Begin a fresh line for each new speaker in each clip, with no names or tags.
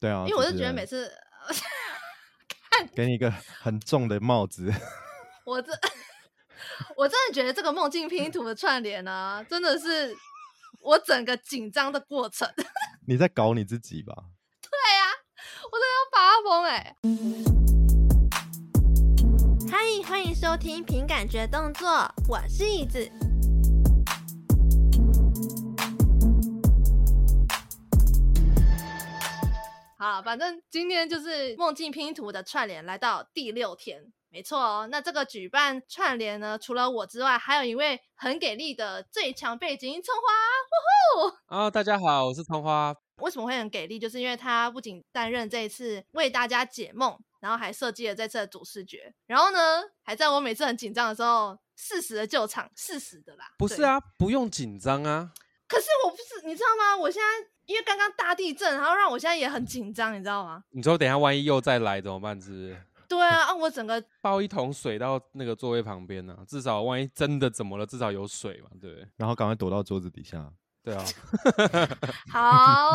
对啊，
因为我是
主
觉得
持人
每次
给你一个很重的帽子，
我这 我真的觉得这个梦境拼图的串联啊，真的是我整个紧张的过程，我真的
你在搞你自己吧？
要发疯哎、
嗨，欢迎收听《凭感觉动作》，我是椅子。
好，反正今天就是梦境拼图的串联来到第六天，没错哦。那这个举办串联呢，除了我之外，还有一位很给力的最强背景音葱花。
啊、大家好，我是葱花。
为什么会很给力？就是因为他不仅担任这一次为大家解梦，然后还设计了这次的主视觉，然后呢，还在我每次很紧张的时候适时的救场，适时的啦。
不是
对
啊，不用紧张啊。
可是我不是，你知道吗？我现在因为刚刚大地震，然后让我现在也很紧张，你知道吗？
你说等一下万一又再来怎么办？是不是？
对啊，啊，我整 个
倒一桶水到那个座位旁边呢、至少万一真的怎么了，至少有水嘛，对不对？
然后赶快躲到桌子底下。
对啊，
好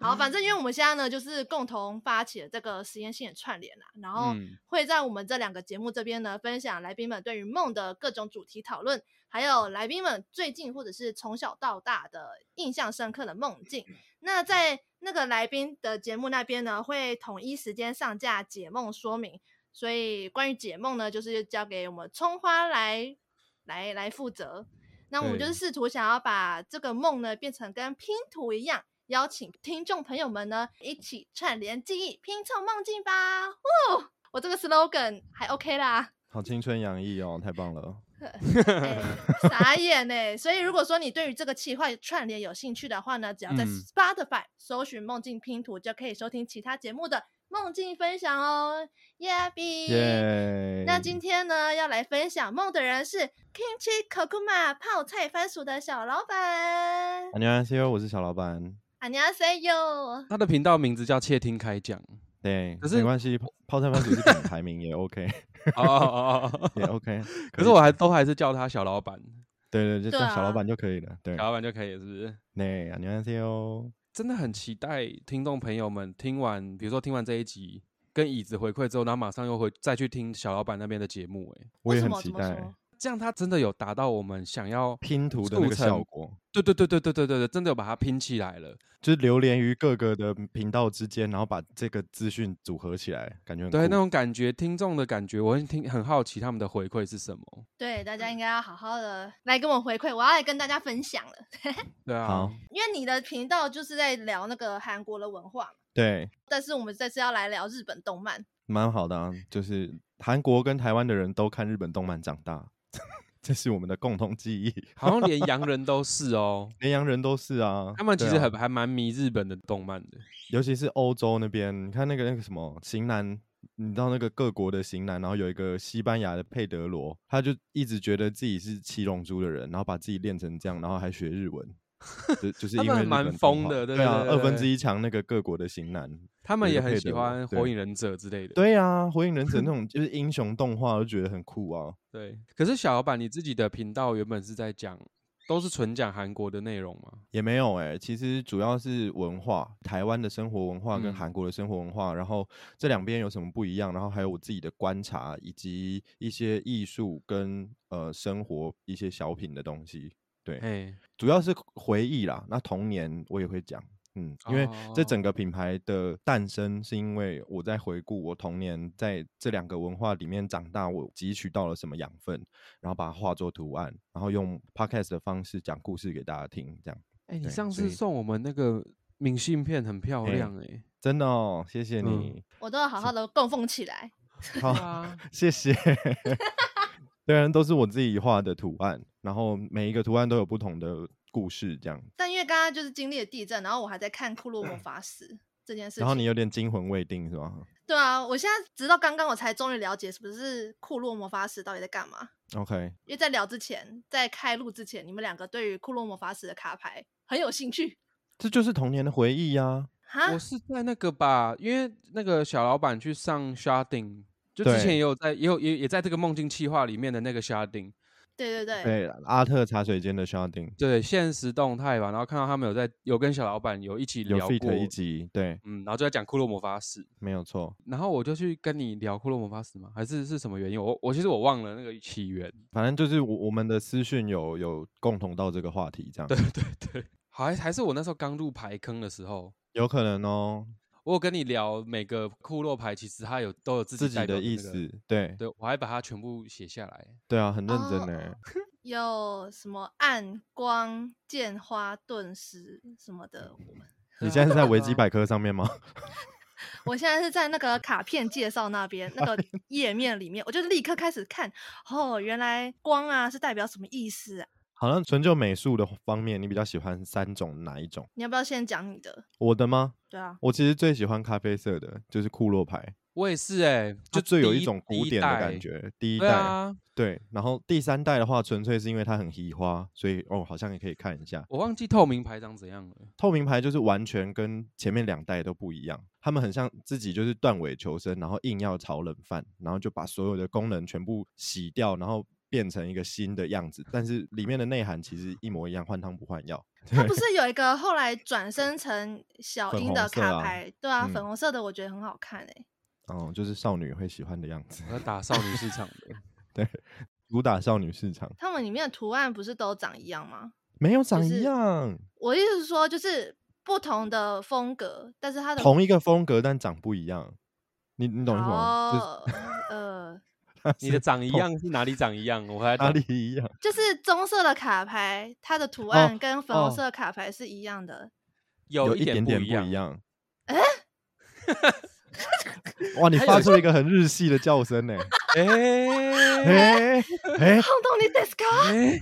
好，反正因为我们现在呢，就是共同发起了这个实验性的串联啦、然后
嗯
会在我们这两个节目这边呢，分享来宾们对于梦的各种主题讨论，还有来宾们最近或者是从小到大的印象深刻的梦境。那在那个来宾的节目那边呢，会统一时间上架解梦说明，所以关于解梦呢，就是交给我们葱花来来来负责。那我们就是
对
试图想要把这个梦呢变成跟拼图一样，邀请听众朋友们呢一起串联记忆，拼凑梦境吧！哦，我这个 slogan 还 OK 啦，
好青春洋溢哦，太棒 了！
哎傻眼呢、所以如果说你对于这个企划串联有兴趣的话呢，只要在
嗯
Spotify 搜寻“梦境拼图”，就可以收听其他节目的梦境分享哦，耶比！
耶！
那今天呢，要来分享梦的人是 Kimchi Kokuma 泡菜番薯的小老板。
안녕하세요，我是小老板。
안녕하세요。
他的频道名字叫“窃听开讲
对，
可是
没关系，泡泡菜番薯是品牌名也 OK，”
哦。哦哦哦
也
哦！
OK。
可是我还都还是叫他小老板，
对对，就
对
叫小
啊
老板就可以了。对
小，老板就可以了，是不是？
对，안녕하세요。
真的很期待听众朋友们听完，比如说听完这一集，跟椅子回馈之后，然后马上又回再去听小老板那边的节目、欸，
我
为
也
什
很
么
期
怎么
待
说
这样他真的有达到我们想要
拼图的那个
促成
效果，
对对对对对对对对，真的有把它拼起来了。
就是流连于各个的频道之间，然后把这个资讯组合起来，感觉很
对，
酷
那种感觉，听众的感觉，我很听很好奇他们的回馈是什么。
对，大家应该要好好的来跟我回馈，我要来跟大家分享了。
对啊，
好。
因为你的频道就是在聊那个韩国的文化嘛，
对，
但是我们这次要来聊日本动漫。
蛮好的啊，就是韩国跟台湾的人都看日本动漫长大， 这是我们的共同记忆。，
好像连洋人都是哦
连洋人都是啊，
他们其
对
实
啊
很、还蛮迷日本的动漫的。
尤其是欧洲那边，你看那个那个什么型男，你知道那个各国的型男，然后有一个西班牙的佩德罗，他就一直觉得自己是七龙珠的人，然后把自己练成这样，然后还学日文，就 就是
他
因
们
为日
蛮
本动
疯
画
的对
对啊，
对对
二分
对
之一强那个各国的型男，
他们
有一
也
个
很
配
喜
德罗
欢《
对
火影忍者》之类的。
对啊，火影忍者那种就是英雄动画，我就觉得很酷啊。
对可是小老板，你自己的频道原本是在讲，都是纯讲韩国的内容吗？
也没有哎、其实主要是文化，台湾的生活文化跟
嗯
韩国的生活文化，然后这两边有什么不一样，然后还有我自己的观察，以及一些艺术跟呃生活一些小品的东西。对，
哎，
主要是回忆啦。那童年我也会讲，嗯，因为这整
哦
个品牌的诞生是因为我在回顾我童年在这两个文化里面长大，我汲取到了什么养分，然后把它化作图案，然后用 podcast 的方式讲故事给大家听，这样。
哎，你
对
上
所
次
以
送我们那个明信片很漂
哎
亮 哎。
真的哦，谢谢
嗯
你，
我都要好好的供奉起来。
好，
啊，
谢谢。 虽然都是我自己画的图案，然后每一个图案都有不同的故事，这样。
但因为刚刚就是经历了地震，然后我还在看《库洛魔法使》这件事情。
然后你有点惊魂未定是吧？
对啊，我现在直到刚刚我才终于了解什么是《库洛魔法使》到底在干嘛。
？OK，
因为在聊之前，在开录之前，你们两个对于《库洛魔法使》的卡牌很有兴趣
这就是童年的回忆呀、
哈？
啊
我是在那个吧，因为那个小老板去上 sharding，就之前
对
也有在，也有也也在这个梦境企划里面的那个 sharding，
对对对，
对，阿特茶水间的 Sharding
对现实动态吧，然后看到他们有在有跟小老板有一起
有
聊过
fit 一集，对，
嗯，然后就在讲库洛魔法使，
没有错。
然后我就去跟你聊库洛魔法使吗？还是是什么原因？我我其实我忘了那个起源。
反正就是我我们的私讯有有共同到这个话题，这样
对对对，好还还是我那时候刚入牌坑的时候，
有可能哦，
我有跟你聊每个库洛牌，其实它有都有自己
自己
代表
的
的
意
那个
思，。对
对，我还把它全部写下来。
对啊，很认真
哦
呢。
有什么暗光、剑花、遁石什么的。我们
你现在是在维 基
百。
百科上面吗？
我现在是在那个卡片介绍那边 那个页面里面，我就立刻开始看。哦，原来光啊是代表什么意思、啊？
好像纯就美术的方面，你比较喜欢三种哪一种？
你要不要先讲你的？
我的吗？
对啊，
我其实最喜欢咖啡色的，就是库洛牌，
我也是哎、
就
就
最有
第
一种
第
古典的
代欸
感。觉。第一
对
代，
啊，
对然后第三代的话，纯粹是因为它很移花，所以哦，好像也可以看一下。
我忘记透明牌长怎样了。
透明牌就是完全跟前面两代都不一样，他们很像自己就是断尾求生，然后硬要炒冷饭，然后就把所有的功能全部洗掉，然后变成一个新的样子，但是里面的内涵其实一模一样，换汤不换药。
它不是有一个后来转生成小
粉
樱的
红色
卡
啊
牌？对啊，
嗯
粉红色的我觉得很好看欸诶、
哦，就是少女会喜欢的样子，
我要打少女市场的，
主打少女市场，
它们里面的图案不是都长一样吗？
没有长
是
一样，
我意思是说，就是不同的风格，但是它的
同一个风格但长不一样。你你懂意思吗？就是
哦，呃，
你的长一样是哪里长一样？我还
哪
懂
里一样？
就是棕色的卡牌，它的图
哦
案跟粉红
哦
色的卡牌是一样的。
有
一点
不
点
一样？
一 样。
啊
哇，你发出一个很日系的叫声 呢、
哎
哎哎，
轰 动力 disco，
哎，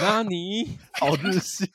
那你
好日系，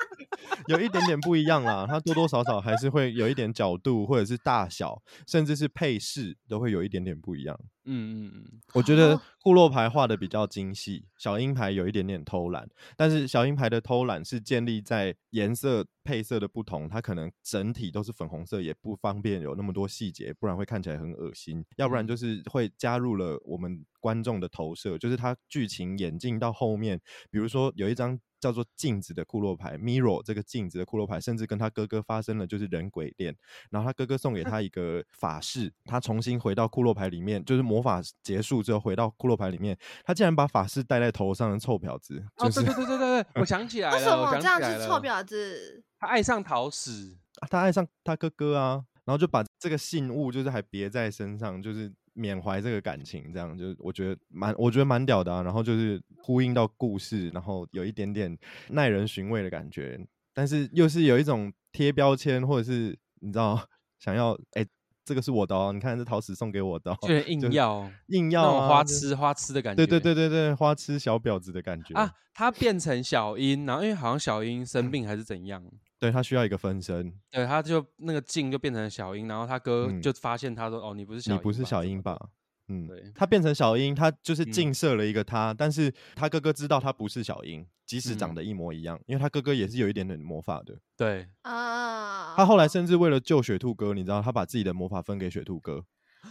有一点点不一样啦。它多多少少还是会有一点角度，或者是大小，甚至是配饰都会有一点点不一样。
嗯嗯嗯，
我觉得
哦
库洛牌画的比较精细，小鹰牌有一点点偷懒，但是小鹰牌的偷懒是建立在颜色配色的不同，它可能整体都是粉红色，也不方便有那么多细节，不然会看起来很恶心。要不然
嗯
就是会加入了我们观众的投射，就是它剧情演进到后面，比如说有一张。叫做镜子的库洛牌，Mirror 这个镜子的库洛牌，甚至跟他哥哥发生了就是人鬼恋，然后他哥哥送给他一个法式，他重新回到库洛牌里面，就是魔法结束之后回到库洛牌里面，他竟然把法式戴在头上的臭婊子，
哦，
就是、
对对对对对对，我想起来
为什
了，我
么
想
这样
起
是
来
臭
了，
婊子？
他爱上桃矢，
他爱上他哥哥啊，然后就把这个信物就是还别在身上，就是缅怀这个感情，这样就是我觉得蛮我觉得蛮屌的啊，然后就是呼应到故事，然后有一点点耐人寻味的感觉，但是又是有一种贴标签或者是你知道想要哎。这个是我的哦，你看这陶瓷送给我的、哦，
居然 硬
就
要
硬
那
要、
种
啊、
花
就
痴花痴的感觉，
对对对对对，花痴小婊子的感觉
啊，，他变成小樱，然后因为好像小樱生病还是怎样，
对他需要一个分身，
对，他就那个镜就变成小樱，然后他哥
嗯
就发现他说：“哦，你不是小
你
樱，
不是小
什
樱
么
吧
的？？
嗯
对，
他变成小樱，他就是
嗯
映射了一个他，但是他哥哥知道他不是小樱，即使长
嗯
得一模一样，因为他哥哥也是有一点点魔法的。
对，
啊，
他后来甚至为了救雪兔哥，你知道，他把自己的魔法分给雪兔哥，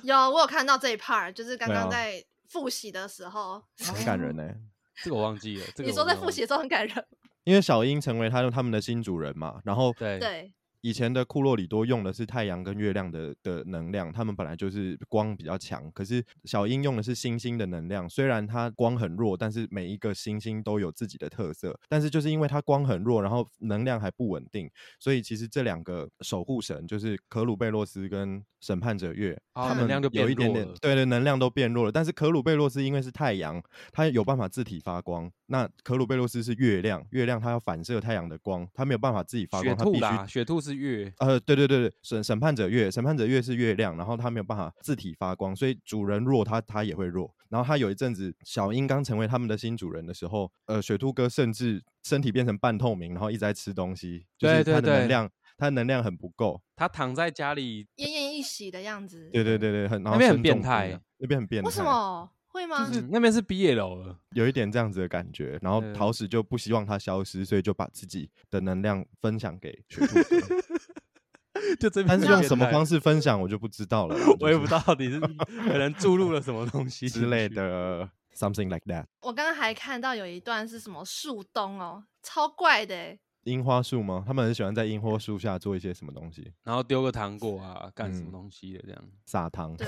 有我有看到这一 part，就是刚
对
刚
啊
在复习的时 候，
很感人呢、欸
这个我忘记了。这个
你说
我
在
真的
复
忘
习的时候很感人，
因为小樱成为他他们的新主人嘛，然后
对
对，
以前的库洛里多用的是太阳跟月亮的的能量，他们本来就是光比较强，可是小樱用的是星星的能量。虽然它光很弱，但是每一个星星都有自己的特色。但是就是因为它光很弱，然后能量还不稳定，所以其实这两个守护神就是可鲁贝洛斯跟审判者月，
啊
他
能
们
量就
哦有
变
一点
弱
点
了
对对，能量都变弱了。但是可鲁贝洛斯因为是太阳，它有办法自体发光。那可鲁贝洛斯是月亮，月亮它要反射太阳的光，它没有办法自己发
雪
光，它
兔
必须
啦，雪兔是月，
呃，对对对对，审审判者月，审判者月是月亮，然后他没有办法自体发光，所以主人弱他他也会弱。然后他有一阵子，小樱刚成为他们的新主人的时候，呃，雪兔哥甚至身体变成半透明，然后一直在吃东西，就
对
是
对
他的
对
能量，他的能量很不够。
他躺在家里，
奄奄一息的样子。
对对对对，很然
那
后
边
身
很变
中毒这
态
样，那边很变态，
为什么会吗？
嗯那边是 BL 了，
有一点这样子的感觉？然后
对
桃矢就不希望他消失，所以就把自己的能量分享给雪兔 哥，
就这边
但是用
变
什么
态
方？式分享我就不知道了啦，
我也
就
不
是
知道你是可能注入了什么东西
之类
进去。
的。 something like that。
我刚刚还看到有一段是什么树洞哦，超怪的欸，
樱花树吗？他们很喜欢在樱花树下做一些什么东西，
然后丢个糖果啊，干什么
嗯
东西的这样。
撒糖。
对。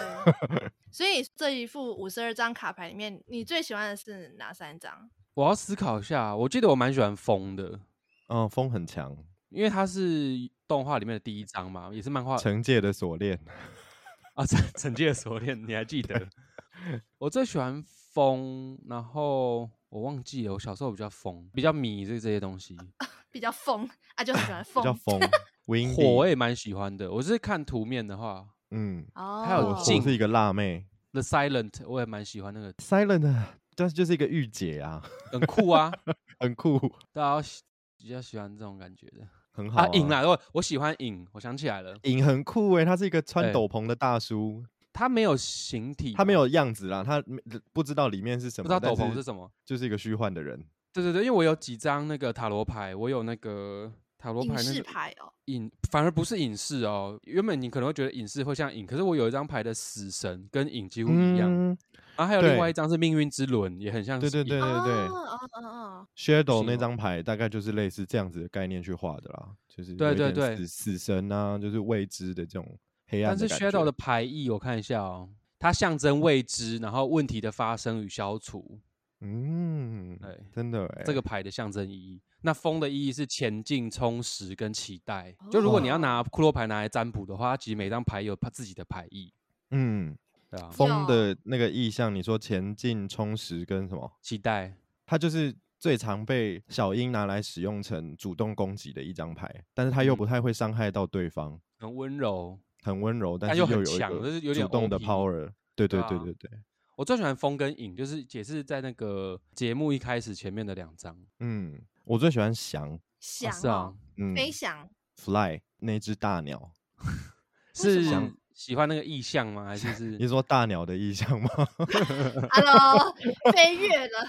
所以这一副五十二张卡牌里面，你最喜欢的是哪三张？
我要思考一下，我记得我蛮喜欢风的，
嗯，风很强，
因为它是动画里面的第一章嘛，也是漫画
惩戒的锁链。
啊，惩 惩戒的锁链，你还记得？ 我最喜欢风，然后我忘记了，我小时候比较疯，比较迷这这些东西。
比较疯啊，就很 喜欢
比
疯
较 风，windy，
火我也蛮喜欢的，我是看图面的话，
嗯，
哦，
还有
我
静
是一个辣妹
《The Silent》我也蛮喜欢那个，
，silent，啊 但是就是一个御姐啊，
很酷啊，
很酷，
大家喜比较喜欢这种感觉的
很好
啊。影，啦，我我喜欢影，我想起来了，
影很酷诶、他是一个穿
对
斗篷的大叔，
它没有形体，
他没，有样子啦，他没不知道里面是什
不
么，
知道斗
但
篷是什么。
就是一个虚幻的人，
对对对，因为我有几张那个塔罗牌，我有那个塔罗牌
影
那
视
个
牌哦，
影，反而不是影视哦。原本你可能会觉得影视会像影，可是我有一张牌的死神跟影几乎一样，
嗯，
然后还有另
对
外一张是命运之轮，也很像
对
是
对对
影
对对
哦哦哦哦，
，shadow
是
那
吗
张牌大概就是类似这样子的概念去画的啦，就是
对
有一
对
点死
对
死神啊，就是未知的这种黑暗
但是
感觉
shadow 的牌意我看一下哦，它象征未知，然后问题的发生与消除，
嗯，
对
真的诶、
这个牌的象征意义。那风的意义是前进、充实跟期待。就如果你要
哦
拿骷髅牌拿来占卜的话，它其实每张牌有它自己的牌意，
嗯。
对啊，
风
有
的那个意象，你说前进、充实跟什么？
期待。
它就是最常被小樱拿来使用成主动攻击的一张牌，但是它又
嗯
不太会伤害到对方，
很温柔，
很温柔，但
但
是
又
又
很
有一
强就是
个
有点
主动的
OP
power。对对
对
对
啊
对对，
我最喜欢风跟影，就是也是在那个节目一开始前面的两张。
嗯，我最喜欢翔，
翔
是啊
哦，，
嗯
飞翔，
，fly 那只大鸟，
是
什么
喜欢那个意象吗？还是是
你是说大鸟的意象吗？
Hello，飞跃了，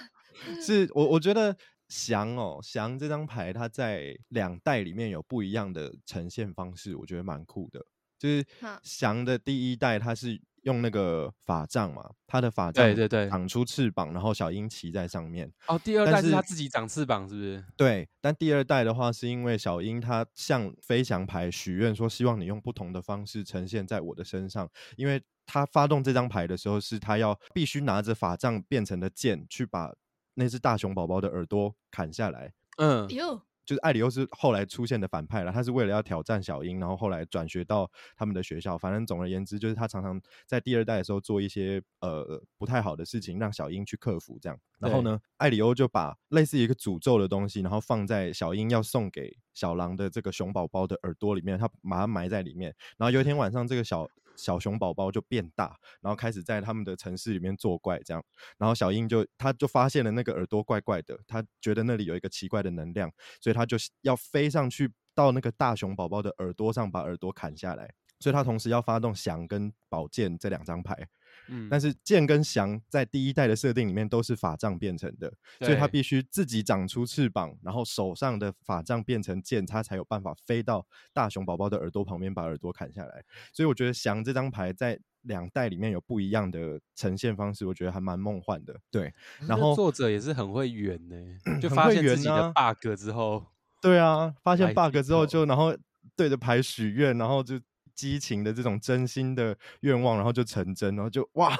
嗯
是我我觉得翔哦，翔这张牌它在两代里面有不一样的呈现方式，我觉得蛮酷的。就是
哈
翔的第一代，它是用那个法杖嘛，它的法杖
对对对
长出翅膀，然后小鹰骑在上面。
哦，第二
但
代是
是
他自己长翅膀，是不是？
对，但第二代的话，是因为小鹰它向飞翔牌许愿说，希望你用不同的方式呈现在我的身上，因为他发动这张牌的时候，是他要必须拿着法杖变成的剑去把那只大熊宝宝的耳朵砍下来。
嗯，
哟，
就是艾里欧是后来出现的反派了，他是为了要挑战小樱，然后后来转学到他们的学校。反正总而言之，就是他常常在第二代的时候做一些呃不太好的事情，让小樱去克服这样。然后
对
呢，艾里欧就把类似一个诅咒的东西，然后放在小樱要送给小狼的这个熊宝宝的耳朵里面，他把它埋在里面。然后有一天晚上，这个小小熊宝宝就变大，然后开始在他们的城市里面作怪这样。然后小樱就他就发现了那个耳朵怪怪的，他觉得那里有一个奇怪的能量，所以他就是要飞上去到那个大熊宝宝的耳朵上，把耳朵砍下来。所以他同时要发动翔跟宝剑这两张牌，
嗯
但是剑跟翔在第一代的设定里面都是法杖变成的，所以他
对
必须自己长出翅膀，然后手上的法杖变成剑，他才有办法飞到大熊宝宝的耳朵旁边把耳朵砍下来。所以我觉得翔这张牌在两代里面有不一样的呈现方式，我觉得还蛮梦幻的。对，
可是
然
这
后
作者也是很会圆 呢，就
很
发
会
现自
圆
己的
啊
bug 之后，
对啊，发现
来
bug 之后
头
就然后对着牌许愿，然后就激情的这种真心的愿望，然后就成真，然后就哇，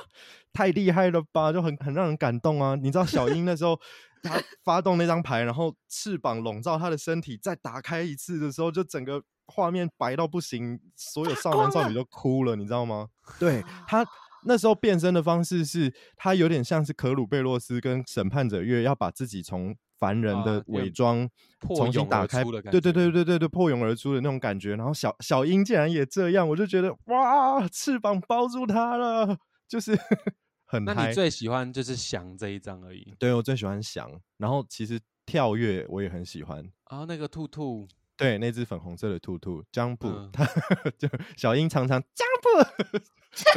太厉害了吧，就很很让人感动啊！你知道小樱那时候她发动那张牌，然后翅膀笼罩她的身体，再打开一次的时候，就整个。画面白到不行，所有少
发
男
光
少女都哭了，你知道吗？对他那时候变身的方式是，他有点像是可鲁贝洛斯跟审判者月，要把自己从凡人
啊
的
有
伪
点
装
破
重新
蛹
打
而
开，
出
对
的感
对对
觉
对对对，破蛹而出的那种感觉。然后小小樱竟然也这样，我就觉得哇，翅膀包住他了，就是 很
那
嗨嗯
你。最喜欢就是翔这一张而已
对我最喜欢翔，然后其实跳跃我也很喜欢。
啊，那个兔兔
对，那只粉红色的兔兔 Jump，、
嗯
它 就小樱常常 Jump，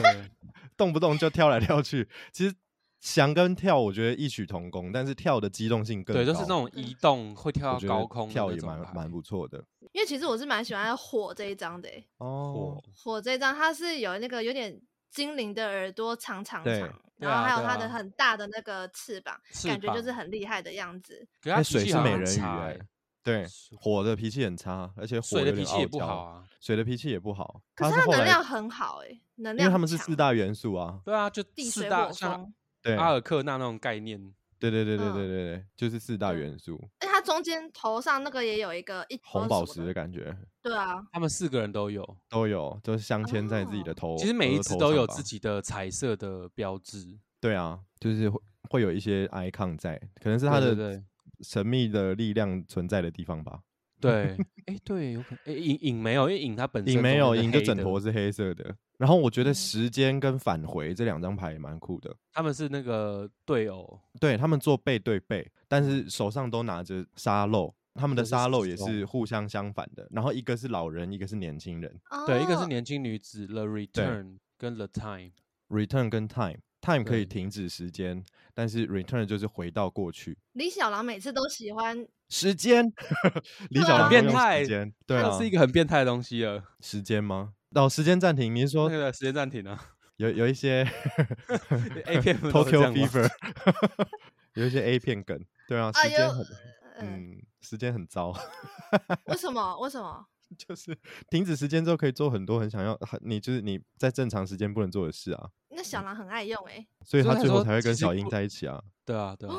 对
动不动就跳来跳去。其实翔跟跳我觉得异曲同工，但是跳的机动性更高。
对，就是那
嗯
种移动会跳
我
到
觉
高
得
空的
跳
那
也
种
蛮
牌
蛮不错的
因为其实我是蛮喜欢火这一张的欸，
哦
火。
火这一张它是有那个有点精灵的耳朵，长长
对
长，
对
然后
啊
还有
对
它的
啊
很大的那个翅膀，
翅
感觉就是
膀
很厉害的样子。
可
那
它
水
脾气
是
好
美
像很
人鱼
差
欸
欸
对，
水
火的脾气很差，而且火
水
有
的
点
脾气
傲
也不
娇
好，啊。
水的脾气也不好。
可是
是
它
后
能
来
量很好哎、能量
因为他们
很
是
强
四大元素啊，
对啊，就
地
四
水
大
火
像
风，
对，
阿尔克纳那种概念，
对对对对
嗯
对对对，就是四大
嗯
元素，
哎，它中间头上那个也有一个一
红
颗
宝
什么
石的感觉
对啊，
他们四个人都有。
都有，都是镶嵌在自己的
哦
头。
其实每一
额
只
头
都
上
有
吧
自。己的彩色的 标志，
对啊，就是会会有一些 icon 在，可能是它
对
的
对对
神秘的力量存在的地方吧。
对，哎，对，有可能，哎，影影没有，因为影它本身
影没
中
有，
间是
影就
黑
整
的
坨，是黑色的。然后我觉得
嗯
时间跟返回这两张牌也蛮酷的，
他们是那个队友，
对他们做背对背，但是手上都拿着沙漏，他们的
就是
沙漏也是
手
互相相反的。然后一个是老人，一个是年轻人。
对，一个是
哦
年轻女子，The Return 跟 The Time，
Return 跟 Time，Time 可以
对
停止时间，但是 Return 就是回到过去。
李小狼每次都喜欢
时间，李
对
小
啊
狼
变
会用
态
时间，对
这
啊，
是一个很变态的东西了。
时间吗？哦，时间暂停，你是
那
说
个时间暂 停啊
有有一些
，A 片不都是这
Tokyo
样吗
Fever，有一些 A 片梗，对啊，
啊
时间
有
很，
呃
嗯，
嗯，时间很糟，
为什么？为什么？
就是停止时间之后可以做很多很想要，很你就是你在正常时间不能做的事啊，
那小狼很爱用哎、
所以
所
他
以他
最后
说
才会
其
跟
实
小樱
不
在一起啊，
对啊，对啊，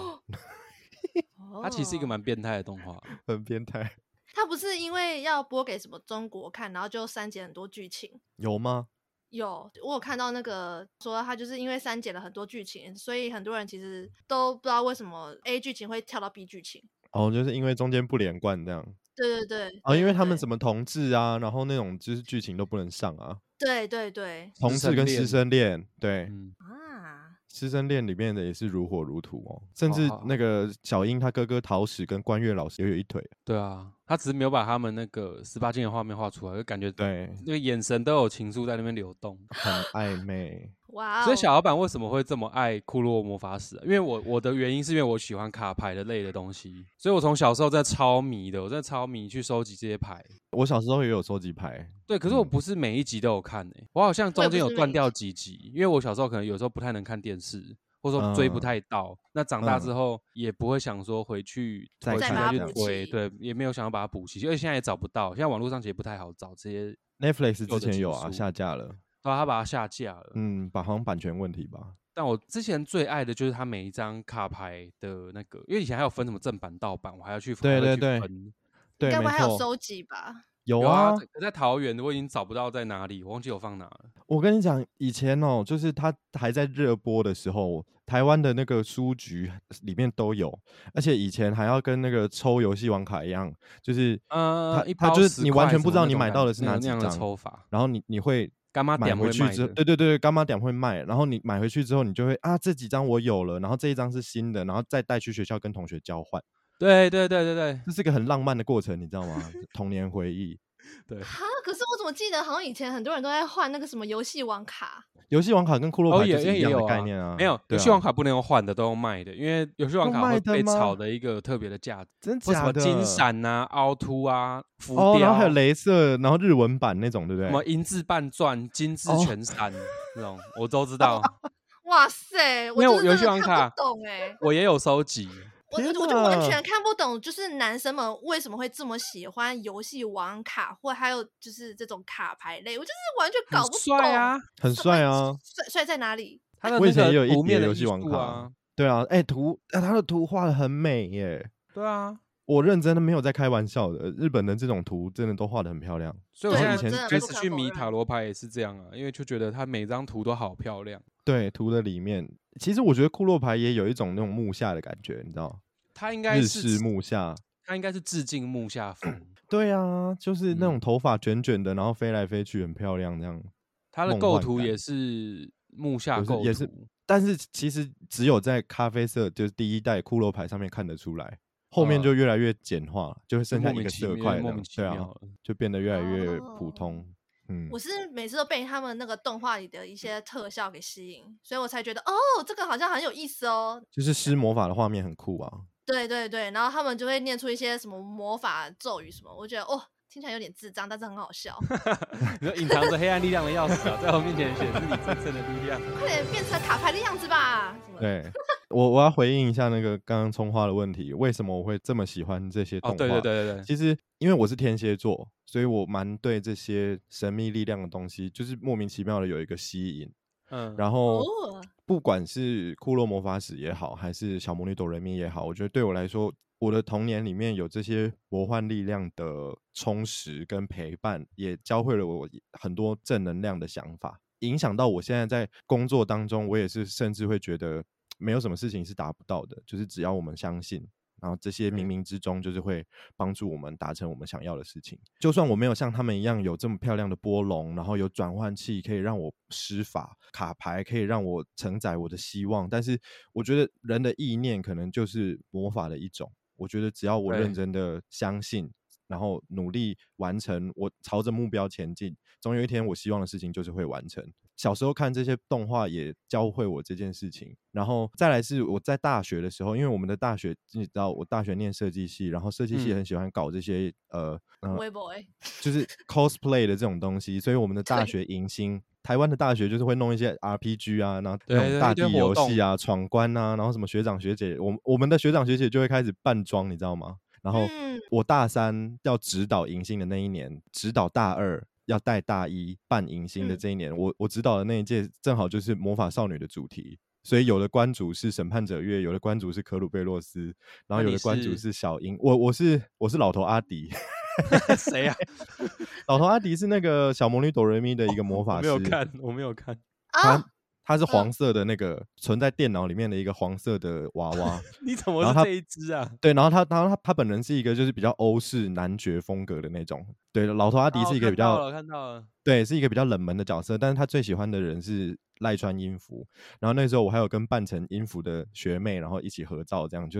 哦，
它其实是一个蛮变态的动画。
很变态，
他不是因为要播给什么中国看，然后就删减很多剧情。
有吗？
有，我有看到那个说他就是因为删减了很多剧情，所以很多人其实都不知道为什么 A 剧情会跳到 B 剧情。
哦，就是因为中间不连贯这样
对对对，
哦
啊，
对
因为
对
他们
对
什么同志啊，然后那种就是剧情都不能上啊，
对对对
同志
生
跟
恋
师生恋，对，
嗯，
啊，
师生恋里面的也是如火如荼哦，甚
哦
至
好
那个小樱她哥哥桃矢跟关月老师也有一腿，
对啊，他只是没有把他们那个十八禁的画面画出来，就感觉
对，
那个眼神都有情愫在那边流动。
很暧昧。
哇、哦！
所以小老板为什么会这么爱库洛魔法使啊？因为我我的原因是因为我喜欢卡牌的类的东西，所以我从小时候在超迷的，我在超迷去收集这些牌。
我小时候也有收集牌，
对，可是我
嗯
不是每一集都有看诶、我好像
我也不
中间有
是每
断
一
掉几集，因为我小时候可能有时候不太能看电视，或者说追不
嗯
太到。那长大之
嗯
后也不会想说回去
再
回去
看
再去
这样
追，
子
对，也没有想要把它补齐，因为现在也找不到，现在网络上其实不太好找这些。
Netflix 之
旧的
前
集
有啊，
数
下架了。
对啊，他把它下架了。
嗯，把好像版权问题吧。
但我之前最爱的就是它每一张卡牌的那个，因为以前还有分什么正版盗版，我还要去
对
还会
对
去
对
分
对，
该不
没
会还有
错，
收集吧？
有
有
啊
啊，。在在桃园我已经找不到在哪里，我忘记我放哪了。
我跟你讲，以前哦，就是它还在热播的时候，台湾的那个书局里面都有，而且以前还要跟那个抽游戏王卡一样，就是
呃，一
它它
包
就是
10
你完
块
全
什
不
么
知道
那
你
种
买
感
到
觉
的是
那
哪
个
几
那样的
张
抽法，
然后你你会
干妈
买
点
回
会
去
卖
之后，
的。
对对对，干妈点会卖，然后你买回去之后，你就会啊，这几张我有了，然后这一张是新的，然后再带去学校跟同学交换，
对对对 对对
这是个很浪漫的过程，你知道吗？童年回忆，
对，
哈，可是我怎么记得好像以前很多人都在换那个什么游戏王卡？
游戏王卡跟骷髅
哦
牌
也
就是
也
一样
有
的
啊
概念啊，
没有
对
游戏王
啊，
卡不能用换的，都用卖的，因为游戏王
用
卡会
卖的
被炒
吗
的一个特别的价值，
真
或什
假
么
的
金闪啊、凹凸啊、浮
哦，然
雕，
后还有镭射，然后日文版那种，对不
什么
对？
银字半转、金字
哦
全闪那种，我都知道。
哇塞，我
没
就
有
是真的
游戏王
看
卡
不懂哎、
我也有收集，
我就
天
我就完
哪
全看不懂，就是男生们为什么会这么喜欢游戏王卡，或还有就是这种卡牌类，我就是完全
很
搞不懂。
帅啊！
很
什么
帅啊！
帅帅在哪里？
他的
我以
那
前也有
个
一
图面
叠
的
游戏
艺
王
术
卡
啊，
对啊，哎、图啊，他的图画的很美耶，
对啊，
我认真的没有在开玩笑的，日本人这种图真的都画的很漂亮。
所以我
对啊
现在
真的
开
不
始
可
去
否
迷
认
塔罗牌也是这样啊，因为就觉得它每张图都好漂亮。
对，图的里面，其实我觉得库洛牌也有一种那种木下的感觉，你知道，
它应该
日
是
式
致，
木下。
它应该是致敬木 下风。
对啊，就是那种
嗯
头发卷卷的，然后飞来飞去，很漂亮这样。
它的
梦
构
幻
图
感
也是木下
有时
构
也是
图，
但是其实只有在咖啡色，就是第一代骷髅牌上面看得出来，后面
呃
就越来越简化了，就会
就
剩下
莫
一
名
个
其
色
妙，
块这
莫
样
名，其
对
妙
啊，
了。
就变得越来越普
哦
通。嗯，
我是每次都被他们那个动画里的一些特效给吸引，所以我才觉得哦，这个好像很有意思哦。
就是施魔法的画面很酷啊。
对对对，然后他们就会念出一些什么魔法咒语什么，我觉得哦，听起来有点智障，但是很好笑。
你说隐藏着黑暗力量的钥匙啊，在我面前显示你真正的 力量。啊
快点变成卡牌的样子吧！什么的，
对我我要回应一下那个刚刚葱花的问题，为什么我会这么喜欢这些动
哦，
画？
对对对对对，
其实因为我是天蝎座，所以我蛮对这些神秘力量的东西，就是莫名其妙的有一个吸引。
嗯，
然后
哦
不管是《库洛魔法使》也好，还是《小魔女斗人咪》也好，我觉得对我来说，我的童年里面有这些魔幻力量的充实跟陪伴，也教会了我很多正能量的想法，影响到我现在在工作当中，我也是甚至会觉得没有什么事情是达不到的，就是只要我们相信，然后这些冥冥之中就是会帮助我们达成我们想要的事情。就算我没有像他们一样有这么漂亮的波龙，然后有转换器可以让我施法，卡牌可以让我承载我的希望，但是我觉得人的意念可能就是魔法的一种。我觉得只要我
对
认真的相信，然后努力完成，我朝着目标前进，总有一天我希望的事情就是会完成。小时候看这些动画也教会我这件事情，然后再来是我在大学的时候，因为我们的大学你知道，我大学念设计系，然后设计系
嗯
很喜欢搞这些、呃呃
微博哎，
就是 cosplay 的这种东西，所以我们的大学迎新，台湾的大学就是会弄一些 RPG 啊，然后那
对对
种大
一堆
地
活
游戏
动
啊、闯关啊，然后什么学长学姐，我们我们的学长学姐就会开始扮装，你知道吗？然后
嗯
我大三要指导迎新的那一年，指导大二要带大一办迎新的
嗯
这一年，我我指导的那一届正好就是魔法少女的主题。所以有的关主是审判者月，有的关主是可鲁贝洛斯，然
那
后有
你
的关主
是
是小樱，我我是我是老头阿迪，
谁啊？
老头阿迪是那个小魔女哆瑞咪的一个魔
哦我
法
没
师，
有看，嗯我没有看。
啊
他，他是黄色的那个存在电脑里面的一个黄色的娃娃，
你怎么
然后他
是这一只啊？
对，然后他，然后他他本人是一个就是比较欧式男爵风格的那种，对，老头阿迪
哦
是一个
看
比
到
较
了看到了，
对，是一个比较冷门的角色，但是他最喜欢的人是赖川音符。然后那时候我还有跟扮成音符的学妹，然后一起合照，这样就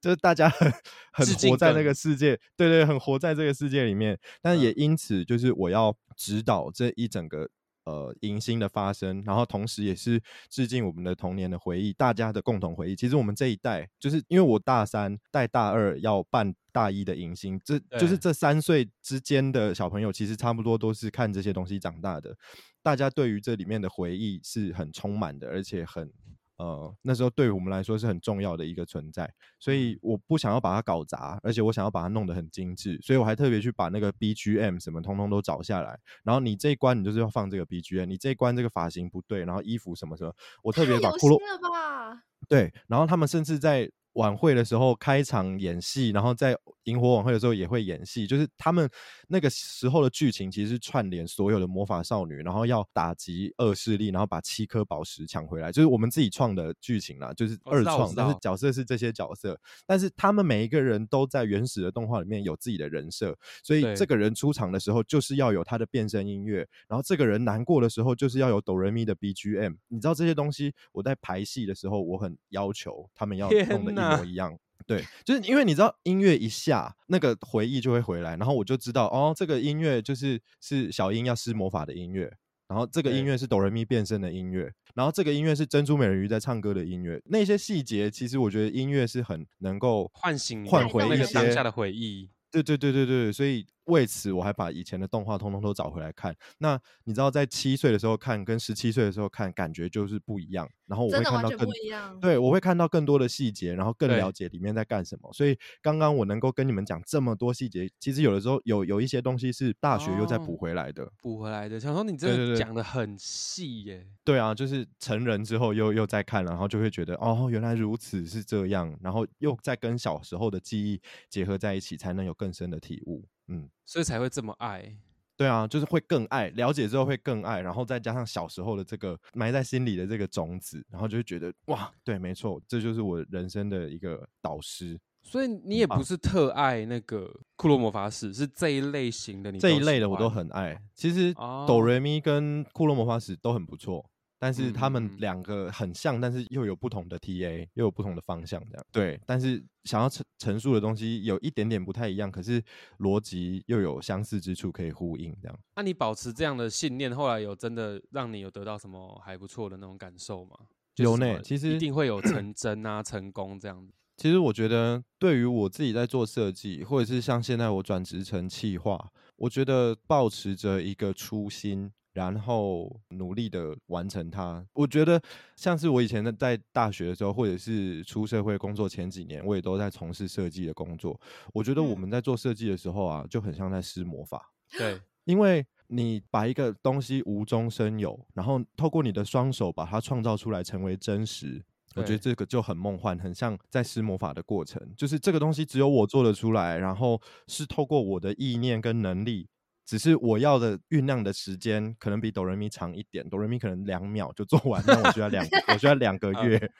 就是大家很很
致
活
敬
在那
梗
个世界，对对，很活在这个世界里面。
嗯
但也因此，就是我要指导这一整个。呃，迎新的发生，然后同时也是致敬我们的童年的回忆，大家的共同回忆。其实我们这一代，就是因为我大三带大二要办大一的迎新，这就是
对
这三岁之间的小朋友，其实差不多都是看这些东西长大的。大家对于这里面的回忆是很充满的，而且很呃，那时候对我们来说是很重要的一个存在。所以我不想要把它搞砸，而且我想要把它弄得很精致，所以我还特别去把那个 BGM 什么通通都找下来。然后你这一关你就是要放这个 BGM，你这一关这个发型不对，然后衣服什么什么，我特
太
别把
有
骷
心
髅
了吧？
对，然后他们甚至在晚会的时候开场演戏，然后在萤火晚会的时候也会演戏，就是他们那个时候的剧情其实是串联所有的魔法少女，然后要打击恶势力，然后把七颗宝石抢回来，就是我们自己创的剧情啦，就是
我知
二
道我
创
知，
但是
道
角色是这些角色，但是他们每一个人都在原始的动画里面有自己的人设，所以这
对
个人出场的时候就是要有他的变声音乐，然后这个人难过的时候就是要有哆瑞咪的 BGM。你知道这些东西，我在排戏的时候我很要求他们要弄得一
天哪
模一样。对，就是因为你知道音乐一下，那个回忆就会回来，然后我就知道哦，这个音乐就是是小樱要施魔法的音乐，然后这个音
对
乐是哆瑞咪变身的音乐，然后这个音乐是珍珠美人鱼在唱歌的音乐，那些细节其实我觉得音乐是很能够
唤醒你
换
的
回
那
一
个当
些
下的回忆。
对对对对对，所以为此我还把以前的动画通通都找回来看。那你知道，在七岁的时候看跟十七岁的时候看，感觉就是不一样。然后我会
真的
看
完
到
全
更
不一样。
对，我会看到更多的细节，然后更
对
了解里面在干什么。所以刚刚我能够跟你们讲这么多细节，其实有的时候有有一些东西是大学又再补
哦
回来的。
补回来的，想说你
对
真
对
的
对
讲的很细耶，
对啊，就是成人之后又又再看了，然后就会觉得哦，原来如此是这样，然后又再跟小时候的记忆结合在一起，才能有更深的体悟。嗯。
所以才会这么爱。
对啊，就是会更爱，了解之后会更爱，然后再加上小时候的这个埋在心里的这个种子，然后就会觉得哇，对，没错，这就是我人生的一个导师。
所以你也不
棒
是特爱那个库洛魔法使，是这一类型的你
这一
喜
类的我都
欢
很爱。其实
哦
哆瑞咪跟库洛魔法使都很不错，但是他
嗯嗯
们
嗯
两个很像，但是又有不同的 TA，又有不同的方向，这样对。但是想要陈陈述的东西有一点点不太一样，可是逻辑又有相似之处可以呼应，这样。
那、你保持这样的信念，后来有真的让你有得到什么还不错的那种感受吗？就是
有
什
呢
么
其
一
实
定会有成真啊、成功这样子。
其实我觉得，对于我自己在做设计，或者是像现在我转职成企划，我觉得保持着一个初心，然后努力的完成它。我觉得像是我以前在在大学的时候，或者是出社会工作前几年，我也都在从事设计的工作。我觉得我
嗯
们在做设计的时候啊，就很像在施魔法。
对，
因为你把一个东西无中生有，然后透过你的双手把它创造出来，成为真实。我觉得
对
这个就很梦幻，很像在施魔法的过程。就是这个东西只有我做得出来，然后是透过我的意念跟能力，只是我要的酝酿的时间可能比哆来咪长一点，哆来咪可能两秒就做完，那我需要两个，我需要两个
嗯
月。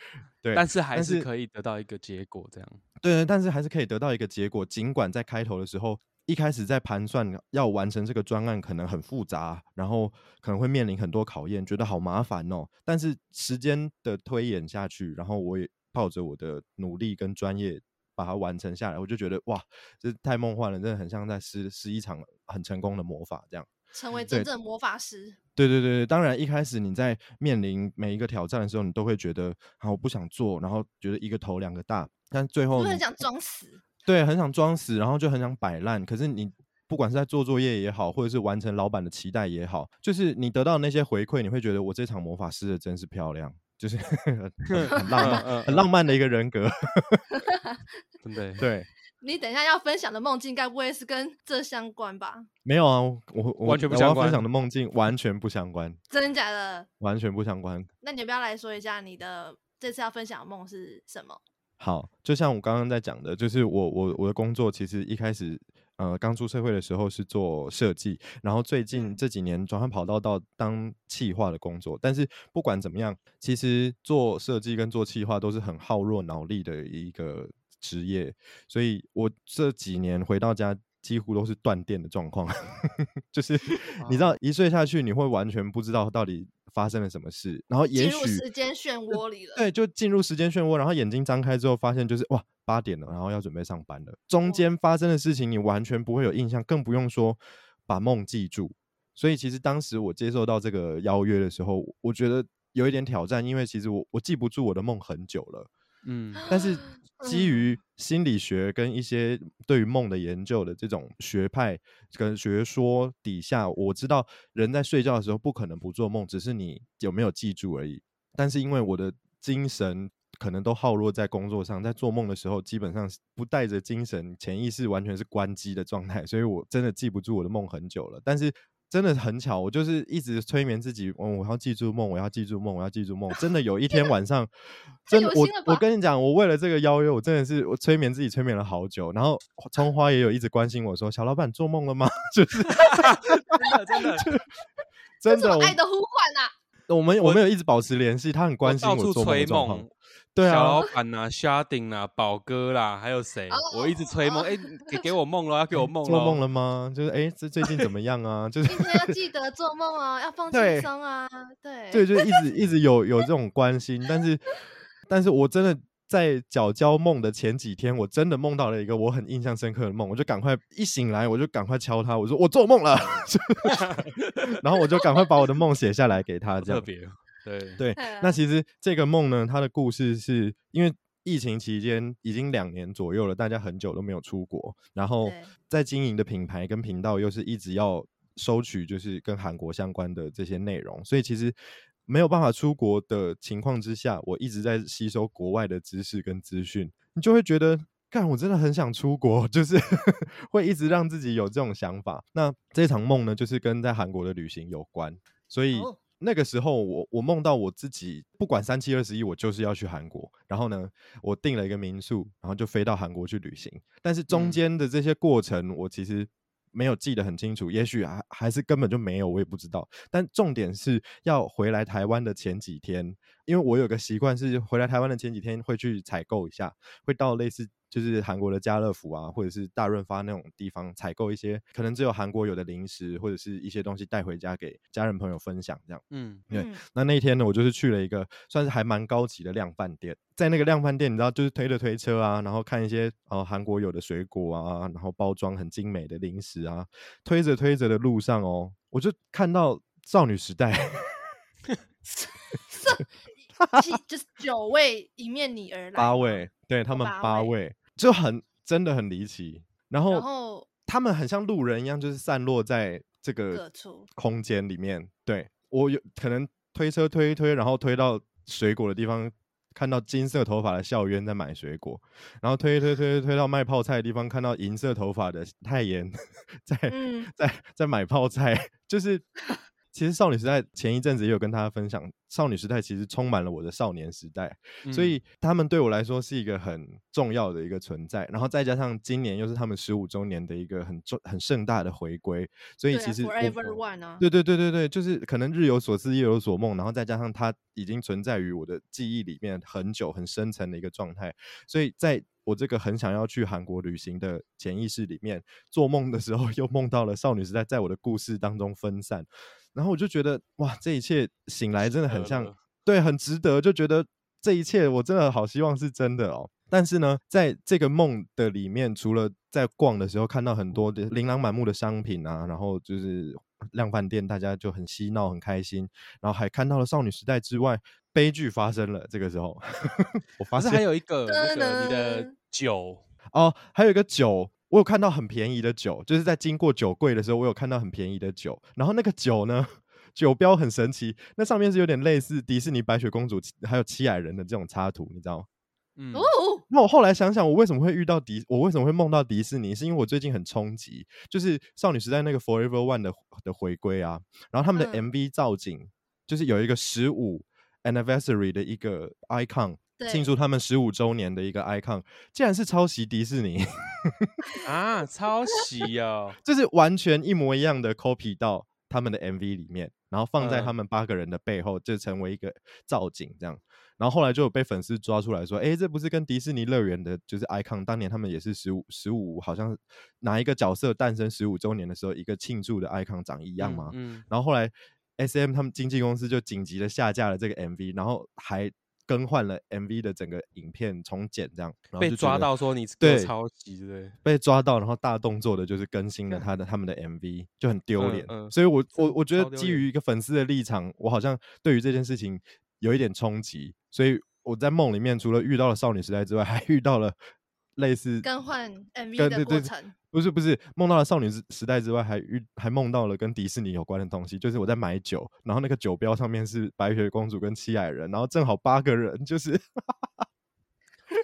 对，
但是还
但
是
是
可以得到一个结果，这样
对，但是还是可以得到一个结果。尽管在开头的时候，一开始在盘算要完成这个专案可能很复杂，然后可能会面临很多考验，觉得好麻烦哦。但是时间的推演下去，然后我也靠着我的努力跟专业把它完成下来，我就觉得哇，这太梦幻了，真的很像在施施一场很成功的魔法这样。
成为
嗯
真
对
正魔法师。
对对对，当然一开始你在面临每一个挑战的时候，你都会觉得啊我不想做，然后觉得一个头两个大，但最
我
后
很
你
想装死，
对，很想装死，然后就很想摆烂。可是你不管是在做作业也好，或者是完成老板的期待也好，就是你得到那些回馈，你会觉得我这场魔法施的真是漂亮，就是很很 很浪 漫、
嗯嗯
很浪漫的一个人格。
真的。
对，
你等一下要分享的梦境，该不会是跟这相关吧？
没有啊，我我
完全不
我
相
要
关
分享的梦境完全不相关，
真的假的？
完全不相关。
那你要不要来说一下你的这次要分享的梦是什么？
好，就像我刚刚在讲的，就是我我我的工作其实一开始，呃，刚出社会的时候是做设计，然后最近这几年转换跑道到当企划的工作。但是不管怎么样，其实做设计跟做企划都是很耗弱脑力的一个职业，所以我这几年回到家几乎都是断电的状况， 就是你知道一睡下去，你会完全不知道到底发生了什么事，然后哦也
进入
许
时间漩涡里了。
对，就进入时间漩涡，然后眼睛张开之后，发现就是哇八点了，然后要准备上班了。中
哇
间发生的事情你完全不会有印象，更不用说把梦记住。所以其实当时我接受到这个邀约的时候，我觉得有一点挑战，因为其实我我记不住我的梦很久了。
嗯，
但是基
嗯
于心理学跟一些对于梦的研究的这种学派跟学说底下，我知道人在睡觉的时候不可能不做梦，只是你有没有记住而已。但是因为我的精神可能都耗落在工作上，在做梦的时候基本上是不带着精神，潜意识完全是关机的状态，所以我真的记不住我的梦很久了。但是真的很巧，我就是一直催眠自己，嗯，我要记住梦，我要记住梦，我要记住梦。真的有一天晚上，
太
真的
有
我
心了
我
吧
跟你讲，我为了这个邀约，我真的是我催眠自己催眠了好久。然后葱花也有一直关心我说，小老板做梦了吗？就是
真的真的，
真
这
的，
么爱的呼唤啊！
我我们我
我
们有一直保持联系，他很 关心
到处
做梦
催
的状况
梦。，
对啊，
小老板呐、虾顶啦、宝哥啦，还有
哦
谁？我一直催梦，哎、给给我梦了，要给我梦
做 梦
了。
了吗？就是哎，诶这最近怎么样 啊？就是
今天要记得做梦啊，要放轻
对
松啊，对，
对，就是一直一直有有这种关心，但是但是我真的在角交梦的前几天，我真的梦到了一个我很印象深刻的梦，我就赶快一醒来，我就赶快敲他，我说我做梦了， 然后我就赶快把我的梦写下来给他，
好
这
特
样
别，对，
对
对，啊
那其实这个梦呢，它的故事是因为疫情期间已经两年左右了，大家很久都没有出国，然后
对
在经营的品牌跟频道又是一直要收取就是跟韩国相关的这些内容，所以其实没有办法出国的情况之下，我一直在吸收国外的知识跟资讯，你就会觉得。干，我真的很想出国， 就是会一直让自己有这种想法。那这场梦呢，就是跟在韩国的旅行有关，所以
哦
那个时候我我梦到我自己不管三七二十一，我就是要去韩国。然后呢，我订了一个民宿，然后就飞到韩国去旅行。但是中
嗯
间的这些过程，我其实没有记得很清楚，也许还还是根本就没有，我也不知道。但重点是要回来台湾的前几天，因为我有个习惯是回来台湾的前几天会去采购一下，会到类似就是韩国的家乐福啊，或者是大润发那种地方采购一些可能只有韩国有的零食或者是一些东西带回家给家人朋友分享这样。
嗯，
对
嗯
那那一天呢，我就是去了一个算是还蛮高级的量贩店，在那个量贩店，你知道，就是推着推车啊，然后看一些呃韩国有的水果啊，然后包装很精美的零食啊，推着推着的路上哦，我就看到少女时代，
七就是九位迎面你而来嘛，
八位，对他们
八
八
位
位就很真的很离奇。然后
然后
他们很像路人一样，就是散落在这
各
个
处，
空间里面。对我有可能推车推一推，然后推到水果的地方，看到金色头发的校园在买水果，然后推一推推一推到卖泡菜的地方，看到银色头发的泰妍 在、
嗯，
在在买泡菜， 就是。其实少女时代前一阵子也有跟大家分享，少女时代其实充满了我的少年时代，所
嗯
以他们对我来说是一个很重要的一个存在，然后再加上今年又是他们十五周年的一个很重很盛大的回归，所以
对
其
啊
实我
，Forever One 啊，
对对对对对，就是可能日有所思夜有所梦，然后再加上它已经存在于我的记忆里面很久很深层的一个状态，所以在我这个很想要去韩国旅行的潜意识里面，做梦的时候 又梦到了少女时代在我的故事当中分散，然后我就觉得哇，这一切醒来真的很
得
像
了，
对，很值得，就觉得这一切我真的好希望是真的哦。但是呢，在这个梦的里面，除了在逛的时候看到很多的琳琅满目的商品啊，然后就是量贩店，大家就很嬉闹、很开心，然后还看到了少女时代之外，悲剧发生了。这个时候，我发
可是
现
还有一个 那个你
噔
的
噔
酒，
哦，还有一个酒，我有看到很便宜的酒，就是在经过酒柜的时候，我有看到很便宜的酒。然后那个酒呢， 酒标很神奇，那上面是有点类似迪士尼白雪公主还有七矮人的这种插图，你知道吗？
嗯，
哦，
那我后来想想，我为什么会遇到迪，我为什么会梦到迪士尼，是因为我最近很冲击，就是少女时代那个 Forever One 的的回归啊，然后他们的
嗯
MV 造景、就是有一个十五 anniversary 的一个 icon，庆
对，
祝他们十五周年的一个 icon，竟然是抄袭迪士尼。
啊，抄袭哦，
就是完全一模一样的 copy 到他们的 MV 里面，然后放在他
嗯
们八个人的背后，就成为一个造景这样。然后后来就有被粉丝抓出来说，诶，这不是跟迪士尼乐园的，就是 icon 当年他们也是十五十五，好像哪一个角色诞生十五周年的时候，一个庆祝的 icon 长 一样
嗯
吗？
嗯，
然后后来 S M 他们经纪公司就紧急的下架了这个 MV，然后还更换了 MV 的整个影片重剪这样，然后
被
就觉
抓
得
到说你给我
对
抄袭，对不对？
被抓到，然后大动作的就是更新了他的他们的 MV，就很丢
嗯
脸。
嗯
所以我
真
我
的
我觉
超
得
丢
基
脸
于一个粉丝的立场，我好像对于这件事情有一点冲击，所以我在梦里面除了遇到了少女时代之外， 还遇到了类似
更换 MV
跟
的
对
过
对
程，
不是不是梦到了少女时时代之外，还遇还梦到了跟迪士尼有关的东西，就是我在买酒，然后那个酒标上面是白雪公主跟七矮人，然后正好八个人，就是。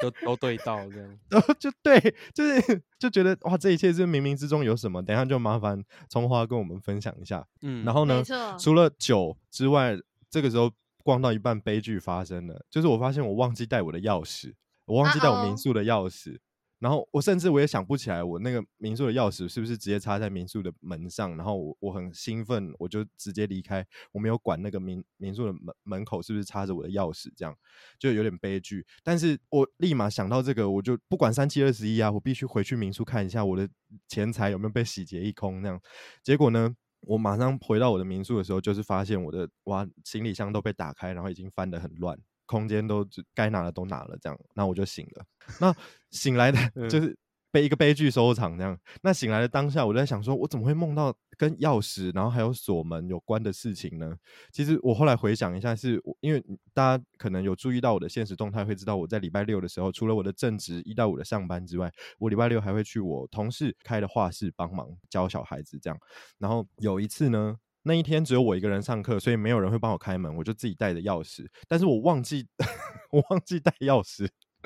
都 都对到这样，
然后就对，就是就觉得哇，这一切是冥冥之中有什么？等一下就麻烦葱花跟我们分享一下。
嗯，
然后
没
呢，
错，
除了酒之外，这个时候逛到一半，悲剧发生了，就是我发现我忘记带我的钥匙，我忘记带我
啊哦
民宿的钥匙。然后我甚至我也想不起来我那个民宿的钥匙是不是直接插在民宿的门上，然后我我很兴奋，我就直接离开，我没有管那个民民宿的门门口是不是插着我的钥匙，这样就有点悲剧。但是我立马想到这个，我就不管三七二十一啊，我必须回去民宿看一下我的钱财有没有被洗劫一空那样。结果呢，我马上回到我的民宿的时候，就是发现我的哇，行李箱都被打开，然后已经翻得很乱，空间都只该拿的都拿了，这样，那我就醒了。那醒来的
嗯
就是被一个悲剧收场这样。那醒来的当下，我在想说，我怎么会梦到跟钥匙，然后还有锁门有关的事情呢？其实我后来回想一下是，我因为大家可能有注意到我的现实动态，会知道我在礼拜六的时候，除了我的正职一到五的上班之外，我礼拜六还会去我同事开的画室帮忙教小孩子这样。然后有一次呢，那一天只有我一个人上课，所以没有人会帮我开门，我就自己带着钥匙，但是我忘记 我忘记带钥匙，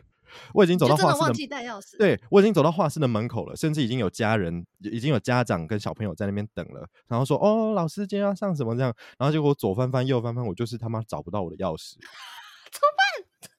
我已经
你
走
就
到
真
画
的
室
忘
的
记带钥匙，，
对我已经走到画室的门口了，甚至已经有家人、已经有家长跟小朋友在那边等了，然后说：“哦，老师今天要上什么？”这样，然后结果我左翻翻右翻翻，我就是他妈找不到我的钥匙，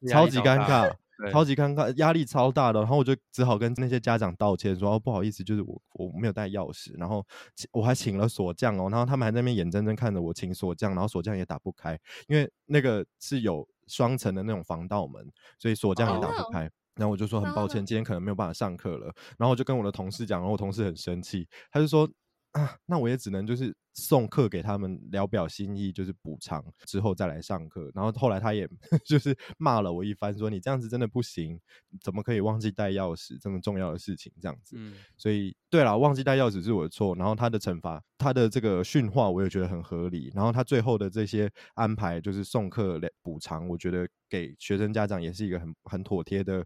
压
超
力
级
好
尴
大，
尬，
对
超级尴尬，压力超大的。然后我就只好跟那些家长道歉说：“哦，不好意思，就是我我没有带钥匙，然后请我还请了锁匠哦，然后他们还在那边眼睁睁看着我请锁匠，然后锁匠也打不开，因为那个是有双层的那种防盗门，所以锁匠也
哦
打不开。然后我就说很
然
抱
后呢
歉，今天可能没有办法上课了。然后我就跟我的同事讲，然后我同事很生气，他就说啊，那我也只能就是送课给他们聊表心意，就是补偿之后再来上课。然后后来他也 就是骂了我一番，说你这样子真的不行，怎么可以忘记带钥匙这么重要的事情这样子。
嗯，
所以对了，忘记带钥匙是我的错，然后他的惩罚，他的这个训话，我也觉得很合理。然后他最后的这些安排，就是送课来补偿，我觉得给学生家长也是一个很很妥帖的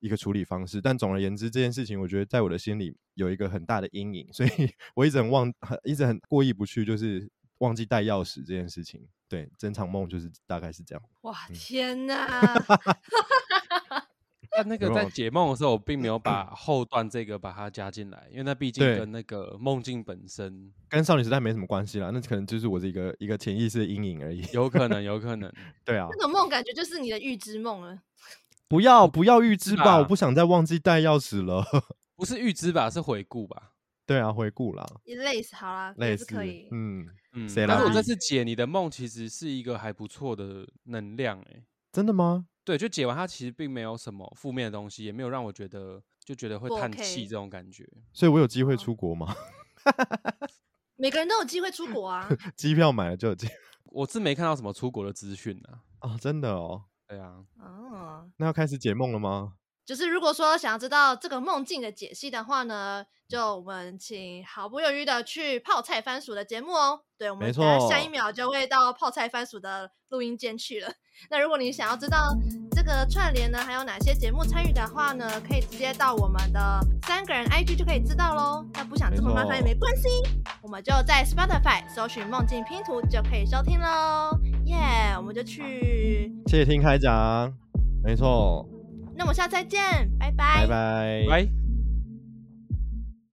一个处理方式。但总而言之，这件事情我觉得在我的心里有一个很大的阴影，所以 我一直很忘，很一直很过意不去，就是忘记带钥匙这件事情。对，整场梦就是大概是这样。
哇，
嗯
天哪！
但那个
有
在
没有
解梦的时候，我并没有把后段这个把它加进来，因为那毕竟
对
跟那个梦境本身
跟少女时代没什么关系啦，那可能就是我的一个一个潜意识的阴影而已。
有可能，有可能。
对啊，
那种梦感觉就是你的预知梦了。
不要不要预知吧，我
啊
不想再忘记带钥匙了。
不是预知吧，是回顾吧。
对啊，回顾啦，
也累死好啦，
类
也
似
是可以。
嗯，
嗯，
谁
但是
啦
我这
你
次解你的梦，其实是一个还不错的能量诶、
真的吗？
对，就解完它其实并没有什么负面的东西，也没有让我觉得就觉得会
不
叹
OK
气这种感觉。
所以我有机会出国吗？
每个人都有机会出国啊，
机票买了就有机
我是没看到什么出国的资讯啊。
啊、真的哦。
对啊，
哦，
那要开始解梦了吗？
就是如果说想要知道这个梦境的解析的话呢，就我们请毫不犹豫的去泡菜番薯的节目哦。对，我们
没
等下下一
错
秒就会到泡菜番薯的录音间去了。那如果你想要知道这个串联呢，还有哪些节目参与的话呢，可以直接到我们的三个人 IG 就可以知道喽。那不想这么麻烦也
没错
没关系，我们就在 Spotify 搜寻“梦境拼图”就可以收听喽。耶、我们就去，
谢谢听开讲，没错，
那我们下次再见，
拜拜。
拜。